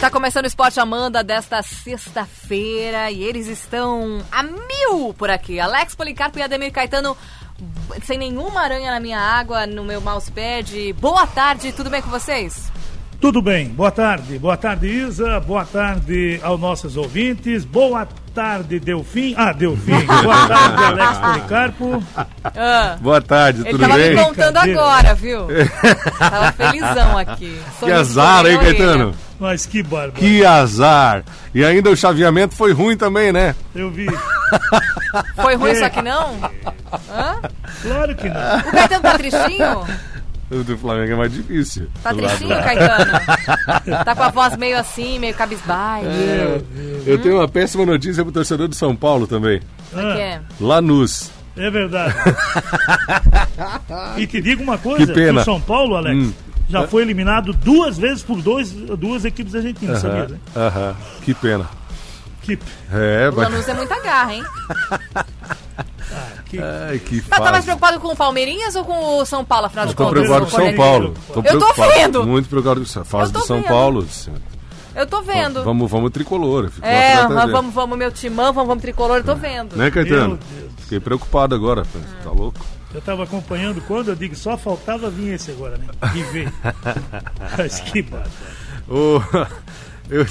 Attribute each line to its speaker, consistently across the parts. Speaker 1: Tá começando o Esporte Amanda desta sexta-feira e eles estão a mil por aqui. Alex Policarpo e Ademir Caetano, sem nenhuma aranha na minha água, no meu mousepad. Boa tarde, tudo bem com vocês?
Speaker 2: Tudo bem, boa tarde. Boa tarde, Isa. Boa tarde aos nossos ouvintes. Boa tarde, Delfim. Ah, Delfim. Boa tarde, Alex Policarpo.
Speaker 1: Ah,
Speaker 3: Boa tarde,
Speaker 1: ele
Speaker 3: tudo
Speaker 1: tava
Speaker 3: bem?
Speaker 1: me contando
Speaker 2: Brincadeira.
Speaker 1: agora, viu? tava felizão aqui.
Speaker 3: Que
Speaker 1: Sorriso
Speaker 3: azar,
Speaker 1: na
Speaker 3: hein,
Speaker 1: orelha.
Speaker 3: Caetano?
Speaker 2: Mas que barba.
Speaker 3: Que azar. E ainda o chaveamento foi ruim também, né?
Speaker 2: Eu vi.
Speaker 1: Foi ruim isso aqui não? Hã?
Speaker 2: Claro que não.
Speaker 1: O Caetano tá tristinho?
Speaker 3: O do Flamengo é mais difícil.
Speaker 1: Tá
Speaker 3: Do lado
Speaker 1: tristinho,
Speaker 3: lá.
Speaker 1: Caetano? Tá com a voz meio assim, meio cabisbaixo.
Speaker 3: Eu, eu
Speaker 1: Uhum.
Speaker 3: tenho uma péssima notícia pro torcedor do São Paulo também.
Speaker 1: Que
Speaker 2: Ah,
Speaker 1: é?
Speaker 3: Lanús.
Speaker 2: é verdade. E te digo uma coisa:
Speaker 3: Que pena.
Speaker 2: o São Paulo, Alex,
Speaker 3: Hum.
Speaker 2: já foi eliminado duas vezes por dois, duas equipes argentinas, sabia? né?
Speaker 3: Aham, que pena.
Speaker 2: Que,
Speaker 3: É,
Speaker 1: O
Speaker 3: vai-
Speaker 1: Lanús é muita garra, hein?
Speaker 2: que,
Speaker 3: Ai, que
Speaker 1: Mas tá mais
Speaker 3: fase.
Speaker 1: preocupado com o Palmeirinhas ou com o São Paulo, afinal de
Speaker 3: Tô
Speaker 1: contas?
Speaker 3: preocupado com o São
Speaker 1: Cornélio?
Speaker 3: Paulo.
Speaker 2: Eu tô
Speaker 3: preocupado,
Speaker 1: vendo.
Speaker 3: Muito preocupado com essa fase
Speaker 1: Eu tô
Speaker 3: do São
Speaker 1: vendo.
Speaker 3: Paulo. senhor.
Speaker 1: Eu tô vendo.
Speaker 3: Vamos, vamos tricolor. eu fico lá
Speaker 1: é,
Speaker 3: atrás da
Speaker 1: mas
Speaker 3: gente.
Speaker 1: vamos, vamos, meu timão, vamos, vamos tricolor, eu tô vendo.
Speaker 3: Né,
Speaker 2: meu
Speaker 3: Caetano?
Speaker 2: Deus.
Speaker 3: Fiquei preocupado agora. Tá louco?
Speaker 2: Eu estava acompanhando quando eu digo só faltava vir esse agora, né? E veio. Mas que barba.
Speaker 3: Ô, eu,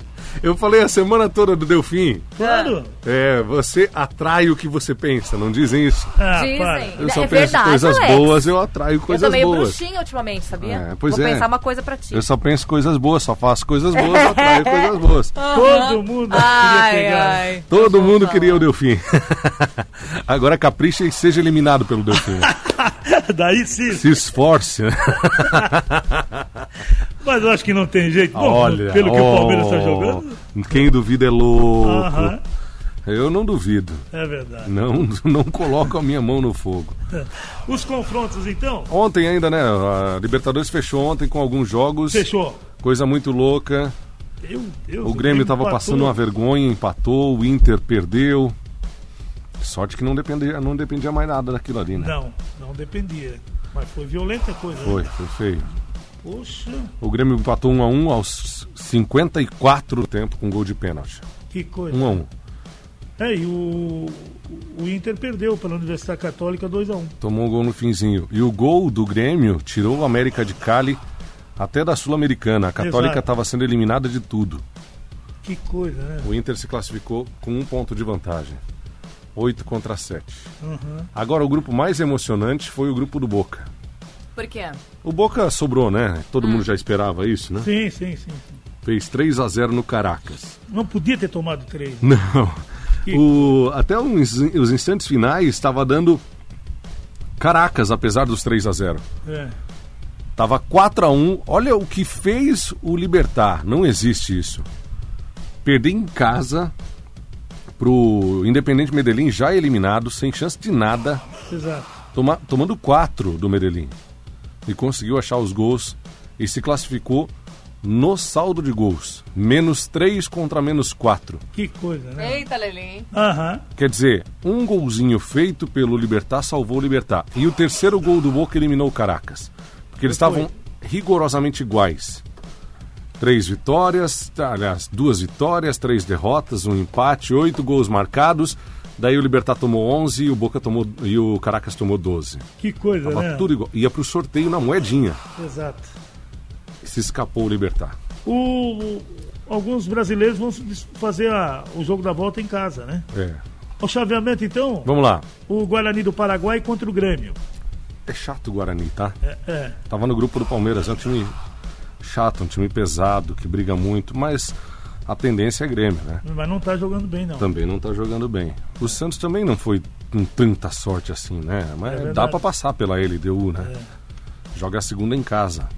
Speaker 3: eu falei a semana toda do Delfim.
Speaker 2: Claro.
Speaker 3: É, você atrai o que você pensa, não dizem isso?
Speaker 2: Ah,
Speaker 1: Dizem.
Speaker 3: Eu só
Speaker 1: é
Speaker 3: penso
Speaker 1: verdade,
Speaker 3: em coisas
Speaker 1: Alex.
Speaker 3: boas, eu atraio
Speaker 1: Eu
Speaker 3: coisas
Speaker 1: tô meio
Speaker 3: boas.
Speaker 1: bruxinha ultimamente, sabia?
Speaker 3: É, pois
Speaker 1: Vou
Speaker 3: é.
Speaker 1: pensar uma coisa pra ti.
Speaker 3: Eu só penso coisas boas, só faço coisas boas, eu atraio coisas boas.
Speaker 2: para. Todo mundo queria
Speaker 1: Ai,
Speaker 2: pegar.
Speaker 1: ai.
Speaker 3: Todo mundo queria o Delfim. Agora capricha e seja eliminado pelo Delfim.
Speaker 2: Daí sim.
Speaker 3: Se esforce. né?
Speaker 2: Mas eu acho que não tem jeito. Bom,
Speaker 3: Olha.
Speaker 2: pelo que o Palmeiras está
Speaker 3: oh,
Speaker 2: jogando.
Speaker 3: Quem duvida é louco.
Speaker 2: Aham,
Speaker 3: Eu não duvido.
Speaker 2: é verdade.
Speaker 3: Não, não coloco a minha mão no fogo.
Speaker 2: Os confrontos, então?
Speaker 3: Ontem ainda, né? A Libertadores fechou ontem com alguns jogos.
Speaker 2: Fechou.
Speaker 3: Coisa muito louca.
Speaker 2: Meu Deus,
Speaker 3: O Grêmio estava
Speaker 2: empatou.
Speaker 3: passando uma vergonha, empatou, o Inter perdeu. Sorte que não dependia, não dependia mais nada daquilo ali, né?
Speaker 2: Não, não dependia. Mas foi violenta a coisa. né?
Speaker 3: Foi, foi feio.
Speaker 2: Poxa,
Speaker 3: O Grêmio empatou 1 a 1 aos 54 do tempo com gol de pênalti.
Speaker 2: que coisa.
Speaker 3: 1 a 1.
Speaker 2: É, e o, o Inter perdeu pela Universidade Católica 2x1.
Speaker 3: Tomou um gol no finzinho. E o gol do Grêmio tirou o América de Cali até da Sul-Americana. A Católica
Speaker 2: Exato.
Speaker 3: estava sendo eliminada de tudo.
Speaker 2: Que coisa, né?
Speaker 3: O Inter se classificou com um ponto de vantagem. 8 contra 7.
Speaker 2: Uhum.
Speaker 3: Agora, o grupo mais emocionante foi o grupo do Boca.
Speaker 1: Por quê?
Speaker 3: O Boca sobrou, né? Todo mundo já esperava isso, né?
Speaker 2: Hum. Sim, sim, sim.
Speaker 3: Fez 3 a 0 no Caracas.
Speaker 2: Não podia ter tomado três.
Speaker 3: Não.
Speaker 2: Que-
Speaker 3: O- até uns- os instantes finais estava dando Caracas, apesar dos 3 a 0.
Speaker 2: É.
Speaker 3: Tava 4 a 1. Olha o que fez o Libertar. Não existe isso. Perder em casa pro Independente Medellín já eliminado, sem chance de nada.
Speaker 2: Exato.
Speaker 3: toma- tomando quatro do Medellín. E conseguiu achar os gols e se classificou no saldo de gols. Menos três contra menos quatro.
Speaker 2: Que coisa, né?
Speaker 1: Eita, Lelin.
Speaker 2: Aham.
Speaker 3: Quer dizer, um golzinho feito pelo Libertar salvou o Libertar. E o terceiro gol do Boca eliminou o Caracas. Porque eles estavam rigorosamente iguais. Três vitórias, tá, aliás, duas vitórias, três derrotas, um empate, oito gols marcados. Daí o Libertar tomou 11 e o Boca tomou e o Caracas tomou 12.
Speaker 2: Que coisa,
Speaker 3: Tava
Speaker 2: né?
Speaker 3: tudo igual. Ia pro sorteio na moedinha.
Speaker 2: Exato.
Speaker 3: Se escapou o Libertar.
Speaker 2: O... Alguns brasileiros vão se des- fazer a- o jogo da volta em casa, né?
Speaker 3: É.
Speaker 2: O chaveamento, então,
Speaker 3: Vamos lá.
Speaker 2: o Guarani do Paraguai contra o Grêmio.
Speaker 3: É chato o Guarani, tá?
Speaker 2: É, é.
Speaker 3: Tava no grupo do Palmeiras. É um time chato, um time pesado, que briga muito, mas a tendência é Grêmio, né?
Speaker 2: mas não tá jogando bem, não.
Speaker 3: Também não tá jogando bem. O Santos também não foi com tanta sorte assim, né? Mas
Speaker 2: verdade.
Speaker 3: dá pra passar pela LDU, né? Joga a segunda em casa.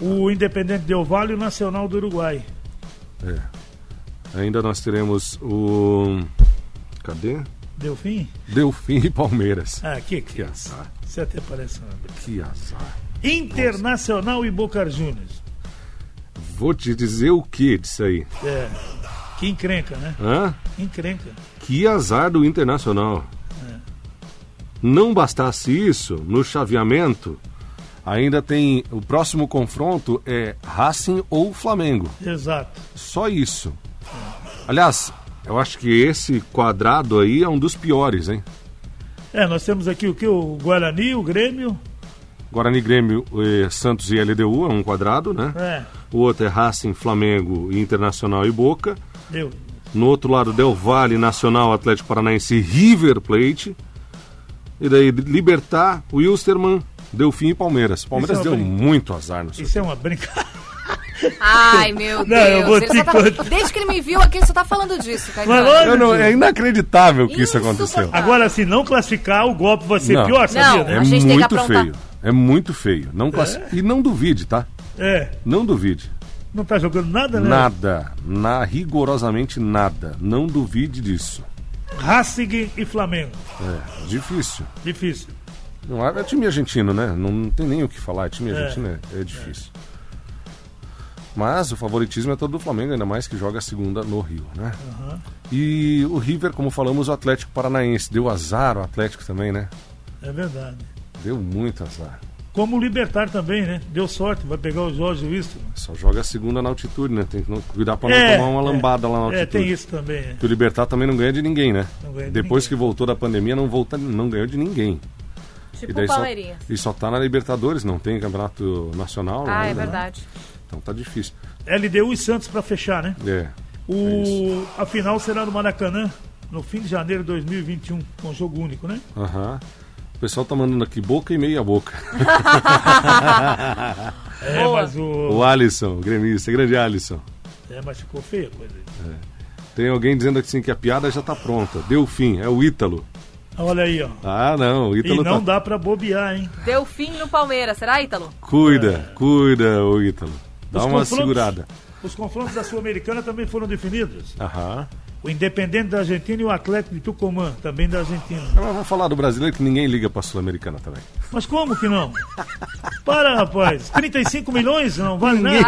Speaker 2: O Independente Del Vale e o Nacional do Uruguai.
Speaker 3: Ainda nós teremos o. Cadê?
Speaker 2: Deu fim?
Speaker 3: Delfim e Palmeiras.
Speaker 2: Ah, que
Speaker 3: Que
Speaker 2: que
Speaker 3: azar,
Speaker 2: Você até parece um...
Speaker 3: que azar.
Speaker 2: Internacional e Boca Juniors.
Speaker 3: Vou te dizer o que disso aí.
Speaker 2: É. Que encrenca, né?
Speaker 3: Hã?
Speaker 2: Encrenca.
Speaker 3: Que azar do Internacional. Não bastasse isso, no chaveamento, Ainda tem. O próximo confronto é Racing ou Flamengo.
Speaker 2: Exato.
Speaker 3: Só isso. Aliás, eu acho que esse quadrado aí é um dos piores, hein?
Speaker 2: É, nós temos aqui o que? O Guarani, o Grêmio.
Speaker 3: Guarani Grêmio, eh, Santos e LDU é um quadrado, né?
Speaker 2: É,
Speaker 3: O outro é Racing, Flamengo, Internacional e Boca.
Speaker 2: deu.
Speaker 3: No outro lado, Del Valle, Nacional, Atlético Paranaense e River Plate. E daí, Libertar, Wilstermann, Delfim e Palmeiras. Palmeiras
Speaker 2: Isso é
Speaker 3: deu
Speaker 2: uma brin-
Speaker 3: muito azar no seu.
Speaker 2: Isso é uma brincadeira.
Speaker 1: Ai, meu
Speaker 2: Não, eu vou
Speaker 1: Deus. Ele só
Speaker 2: te
Speaker 1: tá-
Speaker 2: contar.
Speaker 1: Desde que ele me viu aqui, ele só tá falando disso, Caetano.
Speaker 2: Mas olha-
Speaker 3: Eu não- é inacreditável que isso
Speaker 1: Insuportável.
Speaker 3: aconteceu.
Speaker 2: Tá. Agora, se não classificar, o golpe vai ser
Speaker 3: Não.
Speaker 2: pior, sabia?
Speaker 1: Não,
Speaker 3: É
Speaker 2: né?
Speaker 1: a gente tem que
Speaker 3: muito
Speaker 1: aprontar.
Speaker 3: feio. É muito feio. Não classi- E não duvide, tá?
Speaker 2: É.
Speaker 3: Não duvide.
Speaker 2: Não tá jogando
Speaker 1: É.
Speaker 2: nada, né?
Speaker 3: Nada. Na, rigorosamente nada. Não duvide disso.
Speaker 2: Racing e Flamengo.
Speaker 3: É difícil.
Speaker 2: Difícil.
Speaker 3: Não, é é time argentino, né? Não, não tem nem o que falar. É time argentino é, é difícil. Mas o favoritismo é todo do Flamengo, ainda mais que joga a segunda no Rio, né? E o River, como falamos, o Atlético Paranaense. Deu azar o Atlético também, né?
Speaker 2: É verdade.
Speaker 3: Deu muito azar.
Speaker 2: Como o Libertar também, né? Deu sorte, vai pegar o Jorge Wilson.
Speaker 3: Só joga a segunda na altitude, né? Tem que não- cuidar pra não
Speaker 2: É,
Speaker 3: tomar uma
Speaker 2: é.
Speaker 3: lambada lá na altitude.
Speaker 2: É, tem isso também. é.
Speaker 3: Que o Libertar também não ganha de ninguém, né?
Speaker 2: Não ganha de
Speaker 3: Depois
Speaker 2: ninguém.
Speaker 3: que voltou da pandemia, não, volta, não ganhou de ninguém.
Speaker 1: Tipo o
Speaker 3: só,
Speaker 1: Palmeirinha.
Speaker 3: e só tá na Libertadores, não tem campeonato nacional.
Speaker 1: Ah, é
Speaker 3: ainda, né?
Speaker 1: verdade.
Speaker 3: Então tá difícil.
Speaker 2: LDU e Santos pra fechar, né?
Speaker 3: É.
Speaker 2: O... a final será no Maracanã, no fim de janeiro de 2021, com jogo único, né?
Speaker 3: aham. O pessoal tá mandando aqui boca e meia boca.
Speaker 2: É,
Speaker 1: Boa.
Speaker 2: mas o.
Speaker 3: O Alisson, o gremista, grande Alisson.
Speaker 2: É, mas ficou feia a coisa. aí.
Speaker 3: Tem alguém dizendo assim que a piada já tá pronta. Deu fim, é o Ítalo.
Speaker 2: Olha aí, ó.
Speaker 3: Ah, não, o
Speaker 2: E
Speaker 3: Ítalo
Speaker 2: não
Speaker 3: tá...
Speaker 2: dá pra bobear, hein?
Speaker 1: Deu fim no Palmeiras, será, Ítalo?
Speaker 3: Cuida, cuida, o Ítalo. Dá
Speaker 2: Os
Speaker 3: uma
Speaker 2: confrontos-
Speaker 3: segurada.
Speaker 2: Os confrontos da Sul-Americana também foram definidos.
Speaker 3: Aham.
Speaker 2: O Independente da Argentina e o Atlético de Tucumã, também da Argentina.
Speaker 3: Mas vamos falar do brasileiro que ninguém liga pra Sul-Americana também.
Speaker 2: Mas como que não? Para, rapaz. 35 milhões não vale nada.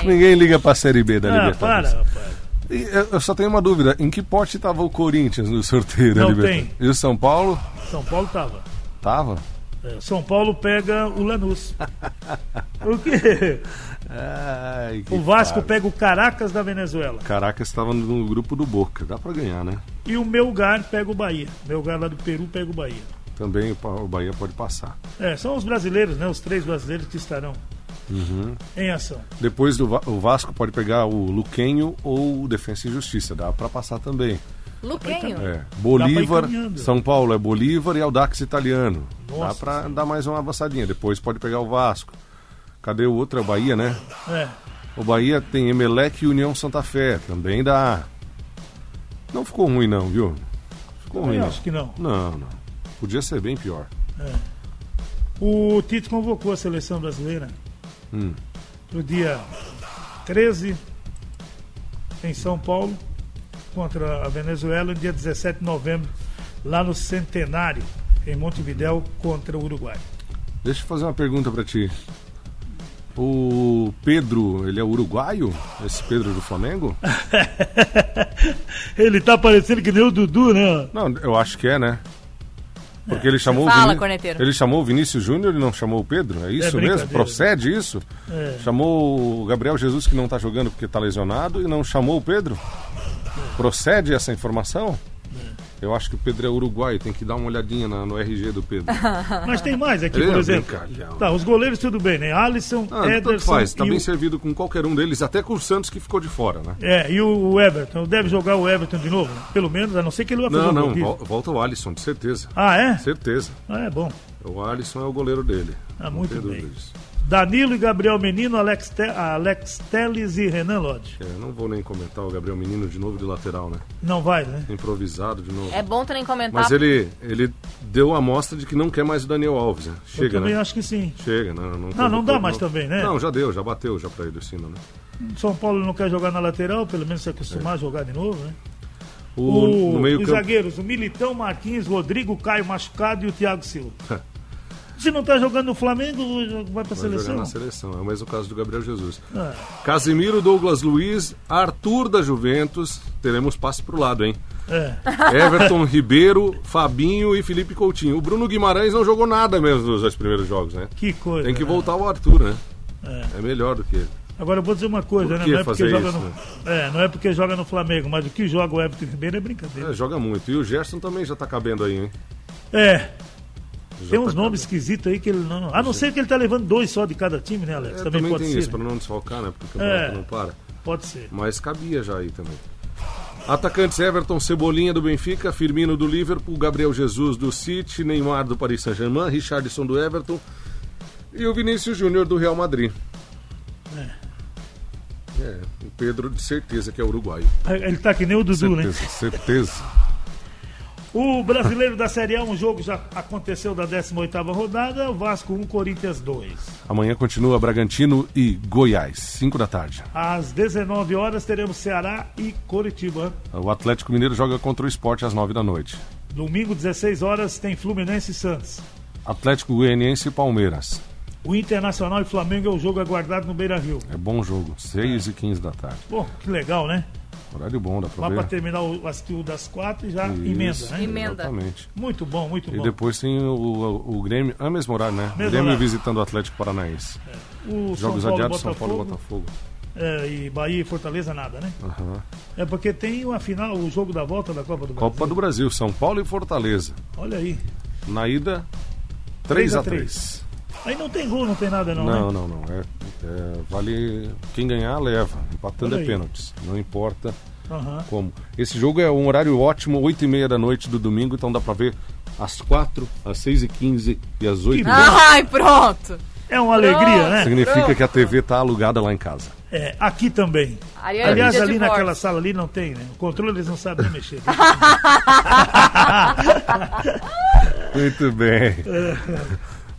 Speaker 3: Liga. Ninguém liga pra Série B da
Speaker 2: Ah, para,
Speaker 3: Libertadores.
Speaker 2: rapaz.
Speaker 3: E eh, eu eu só tenho uma dúvida: em que pote tava o Corinthians no sorteio da
Speaker 2: Não
Speaker 3: Libertadores?
Speaker 2: tem.
Speaker 3: E o São Paulo?
Speaker 2: São Paulo tava.
Speaker 3: Tava?
Speaker 2: É, São Paulo pega o Lanús. O quê?
Speaker 3: Ai, que
Speaker 2: O Vasco
Speaker 3: fase.
Speaker 2: pega o Caracas da Venezuela.
Speaker 3: Caracas estava no grupo do Boca. Dá pra ganhar, né?
Speaker 2: E o Melgar pega o Bahia. O Melgar lá do Peru pega o Bahia.
Speaker 3: Também o Pa- o Bahia pode passar.
Speaker 2: É, são os brasileiros, né? Os três brasileiros que estarão
Speaker 3: Uhum.
Speaker 2: em ação.
Speaker 3: Depois do Va- o Vasco pode pegar o Luquenho ou o Defensa e Justiça. Dá pra passar também.
Speaker 1: Luquinho.
Speaker 3: É. Bolívar,
Speaker 2: Dá pra ir caminhando.
Speaker 3: São Paulo é Bolívar e Aldax italiano. Dá
Speaker 2: Nossa
Speaker 3: pra dar mais uma avançadinha. Depois pode pegar o Vasco. Cadê o outro? É o Bahia, né?
Speaker 2: É.
Speaker 3: O Bahia tem Emelec e União Santa Fé. Também dá. Não ficou ruim, não, viu? Ficou ruim,
Speaker 2: Eu
Speaker 3: não.
Speaker 2: acho que não.
Speaker 3: Não, não. Podia ser bem pior.
Speaker 2: O Tite convocou a seleção brasileira
Speaker 3: Hum.
Speaker 2: pro dia 13 em São Paulo contra a Venezuela, no dia 17 de novembro, lá no Centenário, em Montevidéu, contra o Uruguai.
Speaker 3: Deixa eu fazer uma pergunta pra ti. O Pedro, ele é uruguaio? Esse Pedro do Flamengo?
Speaker 2: Ele tá parecendo que nem o Dudu, né?
Speaker 3: Não, eu acho que é, né? Porque ele chamou
Speaker 1: É. Fala,
Speaker 3: o Viní-
Speaker 1: corneteiro.
Speaker 3: Ele chamou o Vinícius Júnior e não chamou o Pedro? É isso mesmo?
Speaker 2: brincadeira. né?
Speaker 3: Procede isso?
Speaker 2: É.
Speaker 3: Chamou o Gabriel Jesus que não tá jogando porque tá lesionado e não chamou o Pedro? Procede essa informação? Eu acho que o Pedro é uruguaio, tem que dar uma olhadinha na- no RG do Pedro.
Speaker 2: Mas tem mais aqui,
Speaker 3: Ele
Speaker 2: por
Speaker 3: é
Speaker 2: exemplo.
Speaker 3: brincalhão.
Speaker 2: Tá, os goleiros tudo bem, né? Alisson,
Speaker 3: Ah, tanto
Speaker 2: Ederson
Speaker 3: faz, tá
Speaker 2: e,
Speaker 3: bem
Speaker 2: o...
Speaker 3: servido com qualquer um deles, até com o Santos que ficou de fora, né?
Speaker 2: É, e o Everton. Deve jogar o Everton de novo, né? pelo menos, a não ser que ele vai fazer
Speaker 3: Não,
Speaker 2: um
Speaker 3: não,
Speaker 2: rodízio.
Speaker 3: vol- volta o Alisson, de certeza.
Speaker 2: Ah, é?
Speaker 3: Certeza.
Speaker 2: Ah, é bom.
Speaker 3: O Alisson é o goleiro dele.
Speaker 2: Ah,
Speaker 3: Não
Speaker 2: muito
Speaker 3: tem
Speaker 2: bem.
Speaker 3: dúvida disso.
Speaker 2: Danilo e Gabriel Menino, Alex, Te- Alex Teles e Renan Lodge.
Speaker 3: É, não vou nem comentar o Gabriel Menino de novo de lateral, né?
Speaker 2: Não vai, né?
Speaker 3: Improvisado de novo.
Speaker 1: É bom tu nem comentar.
Speaker 3: Mas ele, ele deu a amostra de que não quer mais o Daniel Alves, né?
Speaker 2: Eu
Speaker 3: Chega,
Speaker 2: também
Speaker 3: né?
Speaker 2: acho que sim.
Speaker 3: Chega, não. Não,
Speaker 2: Não, não dá
Speaker 3: convocou,
Speaker 2: mais também, né?
Speaker 3: Não, já deu, já bateu já pra ele o sino, né?
Speaker 2: São Paulo não quer jogar na lateral, pelo menos se acostumar a jogar de novo, né?
Speaker 3: O,
Speaker 2: O,
Speaker 3: no meio
Speaker 2: os
Speaker 3: campo.
Speaker 2: zagueiros, o Militão, Marquinhos, Rodrigo, Caio Machucado e o Thiago Silva. se não tá jogando no Flamengo, vai pra
Speaker 3: Vai jogar
Speaker 2: seleção.
Speaker 3: na seleção. É o mesmo caso do Gabriel Jesus.
Speaker 2: Ah,
Speaker 3: Casimiro, Douglas Luiz, Arthur da Juventus. Teremos passe pro lado, hein?
Speaker 2: É,
Speaker 3: Everton Ribeiro, Fabinho e Felipe Coutinho. O Bruno Guimarães não jogou nada mesmo nos dois primeiros jogos, né?
Speaker 2: Que coisa.
Speaker 3: Tem que
Speaker 2: né?
Speaker 3: voltar o Arthur, né? É, melhor do que ele.
Speaker 2: Agora eu vou dizer uma coisa,
Speaker 3: Por
Speaker 2: né?
Speaker 3: que
Speaker 2: Não é, porque
Speaker 3: fazer
Speaker 2: joga
Speaker 3: isso, né?
Speaker 2: no... é, não é porque joga no Flamengo, mas o que joga o Everton Ribeiro é brincadeira.
Speaker 3: É, joga muito. E o Gerson também já tá cabendo aí, hein?
Speaker 2: É,
Speaker 3: Já
Speaker 2: tem
Speaker 3: tá
Speaker 2: uns nomes
Speaker 3: cabendo.
Speaker 2: esquisitos aí que ele não. A não ser que ele tá levando dois só de cada time, né, Alex?
Speaker 3: É,
Speaker 2: também,
Speaker 3: também
Speaker 2: pode
Speaker 3: tem
Speaker 2: ser.
Speaker 3: isso,
Speaker 2: né?
Speaker 3: pra não desfalcar, né? Porque o
Speaker 2: É.
Speaker 3: campeonato não para.
Speaker 2: Pode ser.
Speaker 3: Mas cabia já aí também. Atacantes Everton, Cebolinha do Benfica, Firmino do Liverpool, Gabriel Jesus do City, Neymar do Paris Saint-Germain, Richardson do Everton e o Vinícius Júnior do Real Madrid. É. o Pedro de certeza que é uruguaio.
Speaker 2: Ele tá que nem o Dudu, né?
Speaker 3: Certeza, certeza.
Speaker 2: O brasileiro da Série A, um jogo já aconteceu da 18 rodada, o Vasco 1, Corinthians 2.
Speaker 3: Amanhã continua Bragantino e Goiás, 5 da tarde.
Speaker 2: Às 19 horas teremos Ceará e Coritiba.
Speaker 3: O Atlético Mineiro joga contra o Sport às 9 da noite.
Speaker 2: Domingo, 16 horas, tem Fluminense e Santos.
Speaker 3: Atlético Goianiense e Palmeiras.
Speaker 2: O Internacional e Flamengo é o jogo aguardado no Beira Rio.
Speaker 3: É bom jogo, 6 e 15 da tarde.
Speaker 2: Bom, que legal, né?
Speaker 3: Horário bom, dá pra
Speaker 2: Lá
Speaker 3: ver.
Speaker 2: para terminar o assistir o das quatro e já
Speaker 3: Isso,
Speaker 2: emenda, né?
Speaker 1: Emenda.
Speaker 3: Exatamente.
Speaker 2: Muito bom, muito
Speaker 3: E
Speaker 2: bom.
Speaker 3: depois tem o, o, o Grêmio, ah, mesmo horário, né?
Speaker 2: Mesmo
Speaker 3: Grêmio
Speaker 2: horário.
Speaker 3: visitando o Atlético Paranaense.
Speaker 2: O
Speaker 3: Jogos
Speaker 2: São Paulo,
Speaker 3: adiados, São Paulo e
Speaker 2: Botafogo,
Speaker 3: Botafogo.
Speaker 2: é, e Bahia e Fortaleza nada, né?
Speaker 3: Aham.
Speaker 2: É porque tem uma final, o jogo da volta da Copa do
Speaker 3: Copa do Brasil, São Paulo e Fortaleza.
Speaker 2: Brasil. Olha aí.
Speaker 3: Na ida,
Speaker 2: 3 a
Speaker 3: 3x3.
Speaker 2: Aí não tem gol, não tem nada não,
Speaker 3: Não,
Speaker 2: né?
Speaker 3: não, não. É, é, vale. Quem ganhar, leva. Empatando
Speaker 2: Olha
Speaker 3: é
Speaker 2: aí.
Speaker 3: pênaltis. Não importa
Speaker 2: Aham.
Speaker 3: como. Esse jogo é um horário ótimo, 8h30 da noite do domingo, então dá pra ver às 4, às 6h15 e às 8 h
Speaker 1: Ai, pronto.
Speaker 2: É uma alegria, né?
Speaker 3: Significa que a TV tá alugada lá em casa.
Speaker 2: É, aqui também.
Speaker 1: Aí é
Speaker 2: Aliás,
Speaker 1: dia de
Speaker 2: ali
Speaker 1: divórcio.
Speaker 2: naquela sala ali não tem, né? O controle eles não sabem nem mexer.
Speaker 3: Muito bem.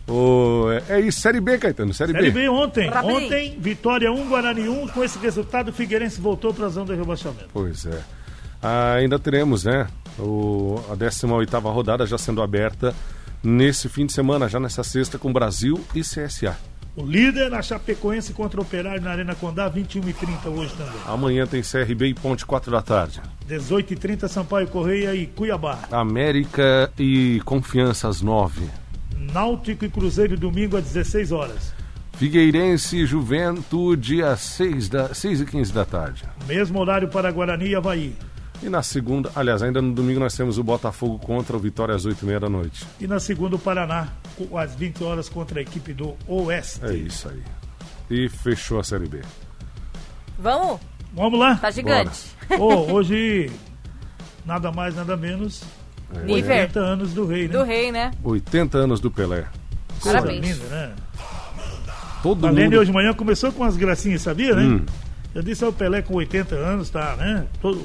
Speaker 3: Ô, é, é isso, Série B, Caetano, Série,
Speaker 2: Série
Speaker 3: B.
Speaker 2: B ontem.
Speaker 1: Rabin.
Speaker 2: Ontem, Vitória 1, Guarani 1. Com esse resultado, o Figueirense voltou para a zona de rebaixamento.
Speaker 3: Pois é. Ah, ainda teremos, né? O, a 18 rodada já sendo aberta nesse fim de semana, já nessa sexta, com Brasil e CSA.
Speaker 2: O líder, a Chapecoense contra o Operário na Arena Condá, 21 h 30 hoje também.
Speaker 3: Amanhã tem CRB e Ponte, 4 da tarde.
Speaker 2: 18 h 30 Sampaio Correia e Cuiabá.
Speaker 3: América e Confiança às 9.
Speaker 2: Náutico e Cruzeiro, domingo às 16 horas.
Speaker 3: Figueirense e Juventude às 6, da, 6 e 15 da tarde.
Speaker 2: Mesmo horário para Guarani e Havaí.
Speaker 3: E na segunda, aliás, ainda no domingo nós temos o Botafogo contra o Vitória às 8h30 da noite.
Speaker 2: E na segunda, o Paraná, co- às 20 horas contra a equipe do Oeste.
Speaker 3: É isso aí. E fechou a Série B.
Speaker 1: Vamos?
Speaker 2: Vamos lá?
Speaker 1: Tá gigante.
Speaker 2: Ô, hoje, nada mais, nada menos,
Speaker 1: Nível
Speaker 2: 80 anos do rei, né?
Speaker 1: do rei, né?
Speaker 3: 80 anos do Pelé.
Speaker 2: Coisa
Speaker 1: Parabéns.
Speaker 2: linda, né?
Speaker 3: Todo
Speaker 2: A Lene
Speaker 3: mundo. Hum.
Speaker 2: hoje de manhã começou com umas gracinhas, sabia, né? Eu disse ao Pelé com 80 anos, tá, né? Todo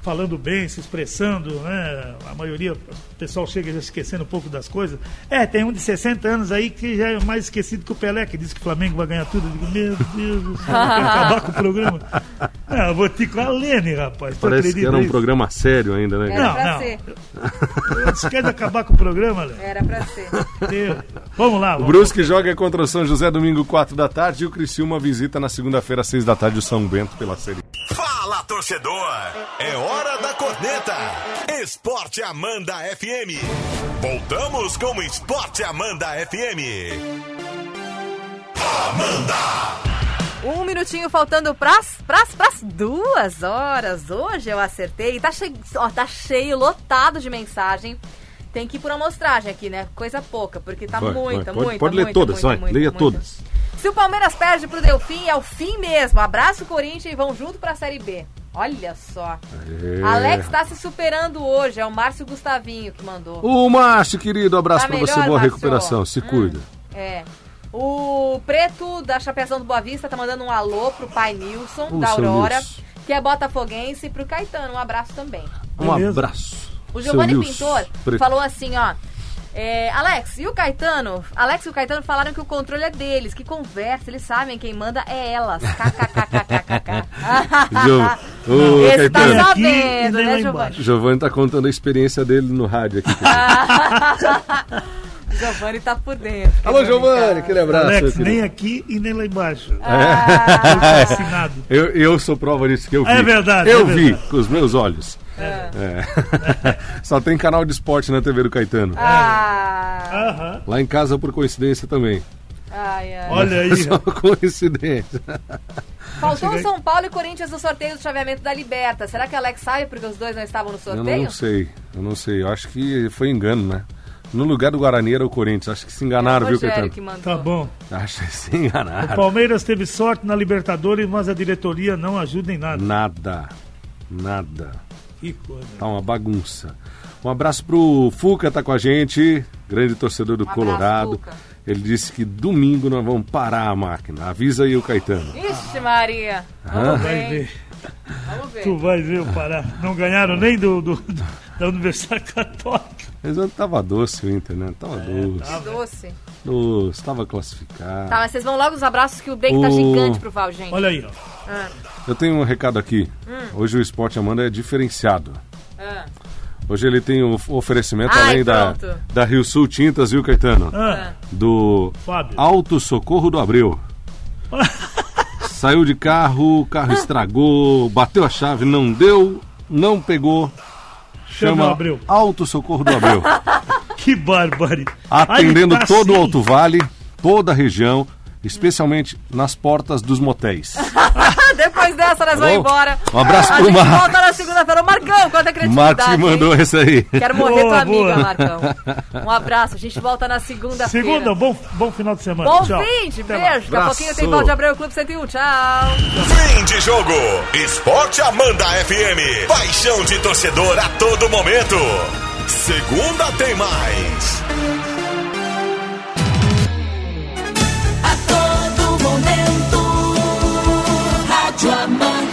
Speaker 2: falando bem, se expressando, né? A maioria, o pessoal chega já esquecendo um pouco das coisas. É, tem um de 60 anos aí que já é mais esquecido que o Pelé, que disse que o Flamengo vai ganhar tudo. Eu digo, meu Deus do céu, eu quero acabar com o programa. Não, eu vou te com a Lene, rapaz. Tu
Speaker 3: Parece que
Speaker 2: acredita
Speaker 3: era um
Speaker 2: nisso?
Speaker 3: programa sério ainda, né?
Speaker 1: Era
Speaker 2: Não,
Speaker 1: pra
Speaker 2: não.
Speaker 1: ser.
Speaker 2: Eu disse, quer acabar com o programa, Lene?
Speaker 1: Era pra ser.
Speaker 2: Eu- Vamos lá,
Speaker 3: O
Speaker 2: vamos.
Speaker 3: Brusque joga contra o São José domingo, 4 da tarde. E o Criciúma visita na segunda-feira, 6 da tarde, o São Bento pela Série
Speaker 4: Fala torcedor, é hora da corneta. Esporte Amanda FM. Voltamos com o Esporte Amanda FM.
Speaker 1: Um minutinho faltando pras, pras, pras duas horas. Hoje eu acertei. Tá, che... ó, tá cheio, lotado de mensagem. Tem que ir por amostragem aqui, né? Coisa pouca, porque tá
Speaker 3: Vai,
Speaker 1: muita,
Speaker 3: vai. Pode-
Speaker 1: muita,
Speaker 3: pode ler
Speaker 1: muita,
Speaker 3: todas,
Speaker 1: muita,
Speaker 3: vai.
Speaker 1: muita,
Speaker 3: Leia
Speaker 1: muita.
Speaker 3: todas.
Speaker 1: Se o Palmeiras perde pro Delfim, é o fim mesmo. Abraço Corinthians e vão junto pra Série B. Olha só.
Speaker 3: É.
Speaker 1: Alex tá se superando hoje. É o Márcio Gustavinho que mandou.
Speaker 3: Ô, Márcio, querido, um abraço
Speaker 1: Tá
Speaker 3: pra
Speaker 1: melhor,
Speaker 3: você. Boa
Speaker 1: Márcio?
Speaker 3: recuperação. Se cuida.
Speaker 1: É. O Preto da Chapeação do Boa Vista tá mandando um alô pro pai Nilson,
Speaker 3: Ô,
Speaker 1: da
Speaker 3: seu
Speaker 1: Aurora,
Speaker 3: Nilson.
Speaker 1: que é botafoguense, e pro Caetano. Um abraço também.
Speaker 3: Um
Speaker 2: Beleza.
Speaker 3: abraço.
Speaker 1: O
Speaker 3: seu
Speaker 1: Giovanni
Speaker 3: Nilson
Speaker 1: Pintor
Speaker 3: Preto.
Speaker 1: falou assim, ó. é, Alex, e o Caetano? Alex e o Caetano falaram que o controle é deles, que conversa, eles sabem quem manda é elas. KKKKKK.
Speaker 3: Gio- Ô,
Speaker 1: "Ah, Esse tá
Speaker 3: Caetano. tá
Speaker 2: Aqui e
Speaker 1: sabendo,
Speaker 2: nem lá
Speaker 1: né,
Speaker 2: embaixo.
Speaker 1: Giovanni? Ah,
Speaker 3: Giovanni tá contando a experiência dele no rádio aqui.
Speaker 1: Giovanni tá por dentro.
Speaker 5: Alô, Giovanni, aquele abraço.
Speaker 2: Alex,
Speaker 5: meu
Speaker 2: nem
Speaker 5: querido.
Speaker 2: aqui e nem lá embaixo.
Speaker 3: É.
Speaker 1: Ah,
Speaker 3: assim,
Speaker 2: Assinado.
Speaker 3: Eu, eu sou prova disso que eu vi.
Speaker 2: É verdade,
Speaker 3: Eu
Speaker 2: é
Speaker 3: vi
Speaker 2: verdade.
Speaker 3: com os meus olhos. É. Só tem canal de esporte na TV do Caetano.
Speaker 1: ah,
Speaker 2: Aham.
Speaker 3: Lá em casa, por coincidência também.
Speaker 1: ai, ai.
Speaker 2: Olha aí.
Speaker 3: Só coincidência.
Speaker 1: Faltou
Speaker 2: cheguei-
Speaker 1: São Paulo e Corinthians no sorteio do chaveamento da Liberta. Será que a Alex sabe porque os dois não estavam no
Speaker 3: Eu
Speaker 1: sorteio?
Speaker 3: não sei, eu não sei. Eu acho que foi engano, né? No lugar do Guarani era o Corinthians. Acho que se enganaram,
Speaker 1: É o
Speaker 3: viu, Tá
Speaker 1: Rogério
Speaker 3: Caetano?
Speaker 1: que mandou.
Speaker 2: Tá bom.
Speaker 3: Acho que se enganaram.
Speaker 2: Palmeiras teve sorte na Libertadores, mas a diretoria não ajuda em nada.
Speaker 3: Nada. Nada.
Speaker 2: Que coisa.
Speaker 3: Tá uma bagunça. Um abraço pro Fuca, tá com a gente, grande torcedor do
Speaker 1: Um abraço,
Speaker 3: Colorado.
Speaker 1: Fuca.
Speaker 3: Ele disse que domingo nós vamos parar a máquina. Avisa aí o Caetano.
Speaker 1: Ixi, Maria.
Speaker 3: Aham.
Speaker 1: Vamos
Speaker 2: Vai
Speaker 1: ver,
Speaker 2: ver.
Speaker 1: hein? Vamos ver.
Speaker 2: Tu vai ver o Pará. Não ganharam nem do, do- do- da Universidade Católica.
Speaker 3: Mas ontem tava doce o Inter, né? Tava doce.
Speaker 1: Que Doce.
Speaker 3: Doce, tava classificado.
Speaker 1: Tá, mas vocês vão logo os abraços que o break tá
Speaker 3: O-
Speaker 1: gigante pro Val, gente.
Speaker 2: Olha aí, ó.
Speaker 3: Eu tenho um recado aqui.
Speaker 1: Hum.
Speaker 3: Hoje o Esporte Amanda é diferenciado.
Speaker 1: Ah,
Speaker 3: Hoje ele tem o f- oferecimento
Speaker 1: Ai,
Speaker 3: além da,
Speaker 1: pronto.
Speaker 3: da Rio Sul Tintas, viu, Caetano?
Speaker 2: Ah,
Speaker 3: Do
Speaker 2: Fábio.
Speaker 3: Alto Socorro do Abreu. Saiu de carro, o carro estragou, bateu a chave, não deu, não pegou.
Speaker 2: chama
Speaker 3: Chama
Speaker 2: o Abreu.
Speaker 3: Alto Socorro do Abreu.
Speaker 2: Que bárbaro.
Speaker 3: Atendendo
Speaker 2: Aí tá
Speaker 3: todo o
Speaker 2: sim.
Speaker 3: Alto Vale, toda a região, especialmente nas portas dos motéis.
Speaker 1: Ah, Depois dessa, nós vamos
Speaker 3: Alô?
Speaker 1: embora.
Speaker 3: Um abraço
Speaker 1: a
Speaker 3: pro
Speaker 1: gente
Speaker 3: Marcos.
Speaker 1: volta na segunda-feira. Ô, Marcão, quanta
Speaker 3: O
Speaker 1: criatividade.
Speaker 3: Marcos me
Speaker 1: hein?
Speaker 3: mandou essa aí.
Speaker 1: Quero morrer
Speaker 2: Boa,
Speaker 1: tua amiga,
Speaker 2: boa.
Speaker 1: Marcão. Um abraço. A gente volta na segunda-feira.
Speaker 2: Segunda, bom, bom final de semana.
Speaker 1: Bom
Speaker 2: Tchau.
Speaker 1: fim de
Speaker 2: Até lá.
Speaker 1: beijo. Daqui a pouquinho tem
Speaker 3: Abraço.
Speaker 1: Val de Abreu Clube 101. Tchau.
Speaker 4: Fim de jogo. Esporte Amanda FM. Paixão de torcedor a todo momento. Segunda tem mais.
Speaker 6: A todo momento, Rádio Amanda.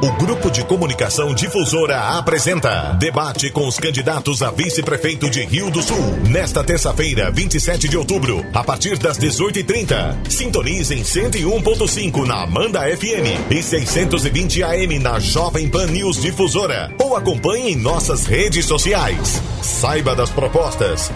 Speaker 4: O Grupo de Comunicação Difusora apresenta debate com os candidatos a vice-prefeito de Rio do Sul. Nesta terça-feira, 27 de outubro, a partir das 18h30. Sintonize em 101.5 na Amanda FM e 620 AM na Jovem Pan News Difusora. Ou acompanhe em nossas redes sociais. Saiba das propostas.